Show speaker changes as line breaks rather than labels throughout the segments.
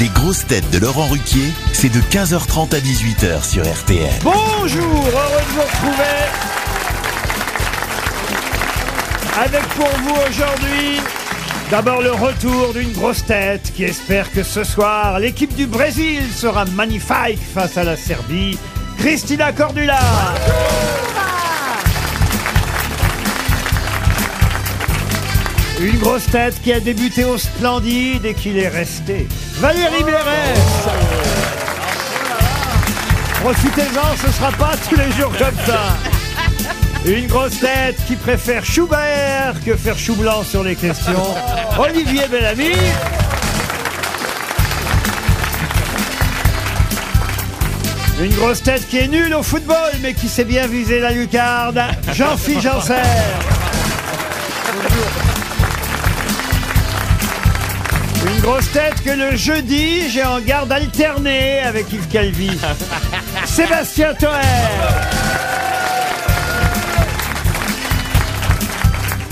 Les grosses têtes de Laurent Ruquier, c'est de 15h30 à 18h sur RTL.
Bonjour, heureux de vous retrouver. Avec pour vous aujourd'hui, d'abord le retour d'une grosse tête qui espère que ce soir, l'équipe du Brésil sera magnifique face à la Serbie. Christina Cordula. Une grosse tête qui a débuté au Splendide et qui l'est restée. Valérie Mérès. Profitez-en, ce sera pas tous les jours comme ça. Une grosse tête qui préfère Schubert que faire chou blanc sur les questions. Olivier Bellamy. Une grosse tête qui est nulle au football, mais qui sait bien viser la lucarne. Jean-Philippe Janser. Une grosse tête que le jeudi, j'ai en garde alternée avec Yves Calvi. Sébastien Toer.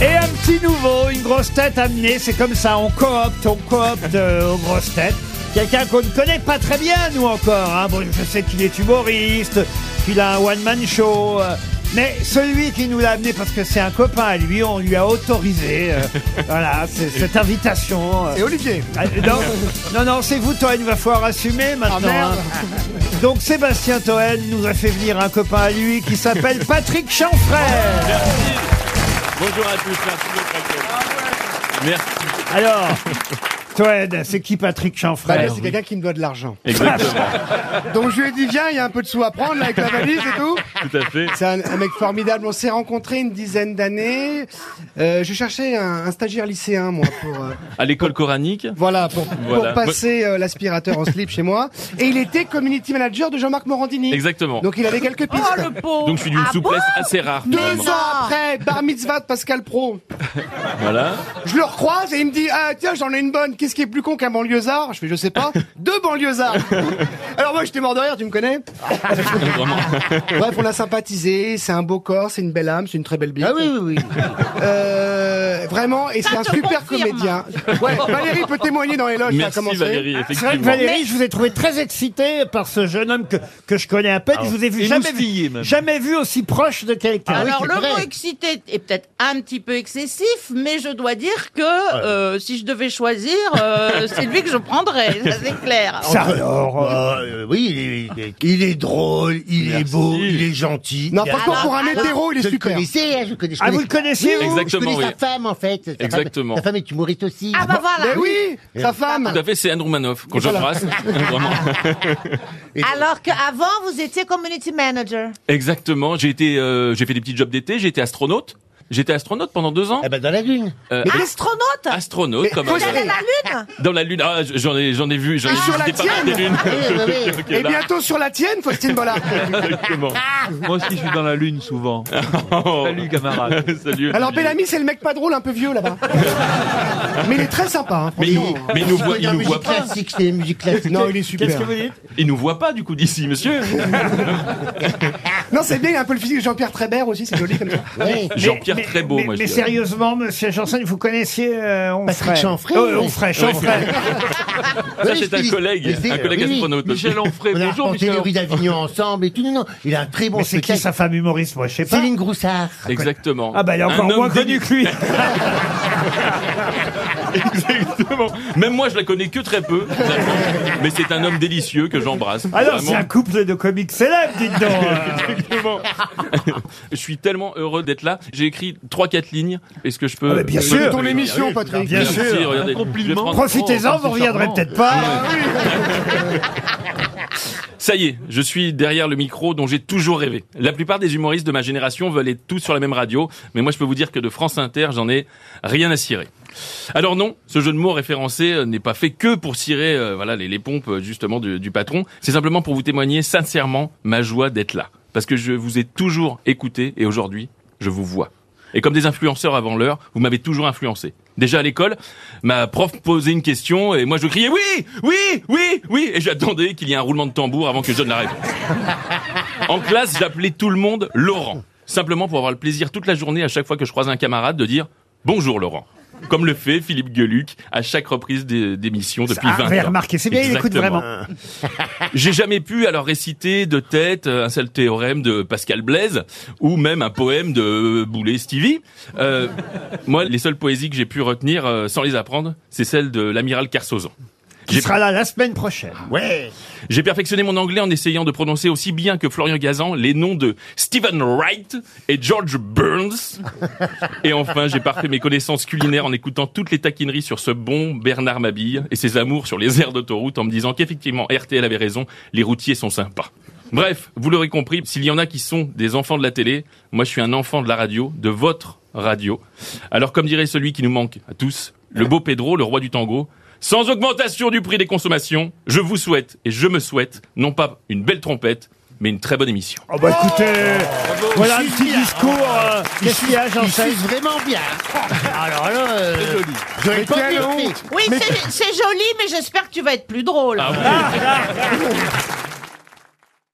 Et un petit nouveau, une grosse tête amenée, c'est comme ça, on coopte, on coopte euh, aux grosses têtes. Quelqu'un qu'on ne connaît pas très bien, nous encore. hein. Bon, je sais qu'il est humoriste, qu'il a un one-man show. euh, mais celui qui nous l'a amené, parce que c'est un copain à lui, on lui a autorisé euh, voilà, c'est- cette invitation. euh.
Et Olivier
Ah, non, non, non, c'est vous, Toen, il va falloir assumer maintenant.
merde.
hein. Donc Sébastien Toen nous a fait venir un copain à lui qui s'appelle Patrick Chanfray.
Bonjour à tous, merci de votre accueil. Merci.
Alors, Toed, c'est qui Patrick
Bah
Chanfray
là, c'est quelqu'un qui me doit de l'argent.
Exactement,
Donc je lui ai dit, viens, il y a un peu de sous à prendre là, avec la valise et tout.
tout à fait.
C'est un, un mec formidable. On s'est rencontrés une dizaine d'années. Euh, je cherchais un, un stagiaire lycéen, moi, pour, euh,
À l'école coranique,
voilà, pour,
Voilà.
pour passer euh, l'aspirateur en slip chez moi. Et il était community manager de Jean-Marc Morandini.
exactement.
Donc il avait quelques pistes.
Donc je suis d'une souplesse assez rare.
Ah Deux
finalement.
ans après, bar mitzvah de Pascal Pro.
Voilà.
Je le recroise et il me dit Ah, tiens, j'en ai une bonne. Qu'est-ce qui est plus con qu'un banlieusard Je fais Je sais pas. Deux banlieusards. Alors moi, j'étais mort de rire, tu me connais
Vraiment.
Ah, Bref, on a sympathisé. C'est un beau corps, c'est une belle âme, c'est une très belle bite. Ah oui, oui, oui. Euh, vraiment, et c'est un super comédien. Ouais, Valérie peut témoigner dans les loges. ça a
Merci
commencé.
Valérie,
C'est vrai que
effectivement.
Valérie, je vous ai trouvé très excité par ce jeune homme que, que je connais à peine. je vous ai vu jamais vu, jamais vu aussi proche de quelqu'un.
Ah
Alors le mot excité est peut-être un petit peu excessif, mais je dois dire que euh, si je devais choisir, euh, c'est lui que je prendrais, ça c'est clair.
Ça, alors, euh,
Ah, oui, il est, il est- il est drôle, il est
Merci.
beau, il est gentil.
Non,
Et
franchement,
alors-
pour un hétéro, il est
Je le
super.
connaissais, hein, je connais. je
ah, vous
connais-
le connaissiez, vous
Exact.
Je connais
Exactement,
sa
oui.
femme, en fait. Sa femme-
Exactement.
Sa femme est humoriste aussi.
Ah bah voilà.
Mais oui, sa femme.
Tout à fait, c'est Andrew Manoff qu'on j'embrasse. Vraiment.
Alors qu'avant, vous étiez community manager.
Exactement. J'ai été, euh, j'ai fait des petits jobs d'été. J'ai été astronaute. J'étais astronaute pendant deux ans.
Eh ben, dans la lune.
Euh,
Astronaute
astronaute, comme
Mais-
Vous allez à la lune
dans la lune. Ah, j'en ai, j'en ai vu, j'en ai
sur
vu
la
des Ah, pas mal des lunes.
Ah Oui, oui, oui.
Ok,
Et
là,
bientôt sur la tienne, Faustine Bollard.
Exactement.
Moi aussi, je suis dans la lune souvent.
Oh.
Salut, camarade.
Salut.
Alors Bellamy, c'est le mec pas drôle, un peu vieux là-bas. Mais il est très sympa. Hein,
mais, il-
franchement.
mais il nous voit, il
la
nous
musique
voit pas.
classique, c'était la musique classique.
Non, il est super.
Qu'est-ce que vous dites
Il nous voit pas du coup d'ici, monsieur.
Non, c'est bien, il a un peu le physique de Jean-Pierre Trébert aussi, c'est joli comme ça.
Ouais.
Jean-Pierre
Mais-
très beau,
mais,
moi. je
mais
dirais.
sérieusement, monsieur Janssen, vous connaissiez euh, Onfray
Patrick Chanfray,
Euh,
oui.
Onfray, Chanfray. Ah,
Ça,
Oui,
c'est
je
un
dis-
collègue,
mais c'est-
un collègue
oui, oui.
astronaute.
Michel Onfray,
On a
bonjour
arpenté
Michel.
les rues d'Avignon ensemble et tout. Non, non, il a un très bon
Mais c'est qui
spectacle.
sa femme humoriste, moi, je sais pas.
Céline Groussard.
Exactement.
Ah bah elle est
Un
encore
homme
moins connue
délicat.
que lui.
Exactement. Même moi, je la connais que très peu, finalement. mais c'est un homme délicieux que j'embrasse.
Alors
Vraiment.
Ah c'est un couple de comiques célèbres, dites donc. euh.
Exactement. je suis tellement heureux d'être là. J'ai écrit trois, quatre lignes. Est-ce que je peux
Ah bah, bien
je
sûr.
peux
C'est
le
ton
lire
émission, Patrick.
Bien
Merci,
sûr.
regardez.
Un compliment.
Je vais prendre-
Profitez-en,
Oh,
vous reviendrez
charmant.
peut-être pas.
Ah Ça y est, je suis derrière le micro dont j'ai toujours rêvé. La plupart des humoristes de ma génération veulent être tous sur la même radio, mais moi je peux vous dire que de France Inter, j'en ai rien à cirer. Alors non, ce jeu de mots référencé euh, n'est pas fait que pour cirer euh, voilà les, les pompes euh, justement du, du patron. C'est simplement pour vous témoigner sincèrement ma joie d'être là, parce que je vous ai toujours écouté et aujourd'hui je vous vois. Et comme des influenceurs avant l'heure, vous m'avez toujours influencé. Déjà à l'école, ma prof posait une question et moi je criais oui, oui, oui, oui, et j'attendais qu'il y ait un roulement de tambour avant que je donne la réponse. En classe, j'appelais tout le monde Laurent, simplement pour avoir le plaisir toute la journée à chaque fois que je croise un camarade de dire bonjour Laurent. comme le fait Philippe Gueluc à chaque reprise des- d'émission depuis
Ah,
20
vous avez
ans.
remarqué, c'est bien, il écoute
Exactement.
vraiment.
J'ai jamais pu alors réciter de tête euh, un seul théorème de Pascal Blaise ou même un poème de euh, Boulet Stevie. Euh, moi, les seules poésies que j'ai pu retenir euh, sans les apprendre, c'est celle de l'amiral Carsozon.
Qui sera là la semaine prochaine.
Ah. J'ai perfectionné mon anglais en essayant de prononcer aussi bien que Florian Gazan les noms de Stephen Wright et George Burns. Et enfin, j'ai parfait mes connaissances culinaires en écoutant toutes les taquineries sur ce bon Bernard Mabille et ses amours sur les aires d'autoroute en me disant qu'effectivement RTL avait raison, les routiers sont sympas. Bref, vous l'aurez compris, s'il y en a qui sont des enfants de la télé, moi je suis un enfant de la radio, de votre radio. Alors comme dirait celui qui nous manque à tous, le beau Pedro, le roi du tango, sans augmentation du prix des consommations, je vous souhaite et je me souhaite non pas une belle trompette, mais une très bonne émission.
Oh bah écoutez,
Ah,
voilà un petit discours. euh, Qu'est-ce qu'il y a,
Il
Janssen
suce vraiment bien. Alors là, euh, j'aurais pas
quelle
mieux fait.
Ah
Oui, c'est c'est joli, mais j'espère que tu vas être plus drôle.
Ah oui.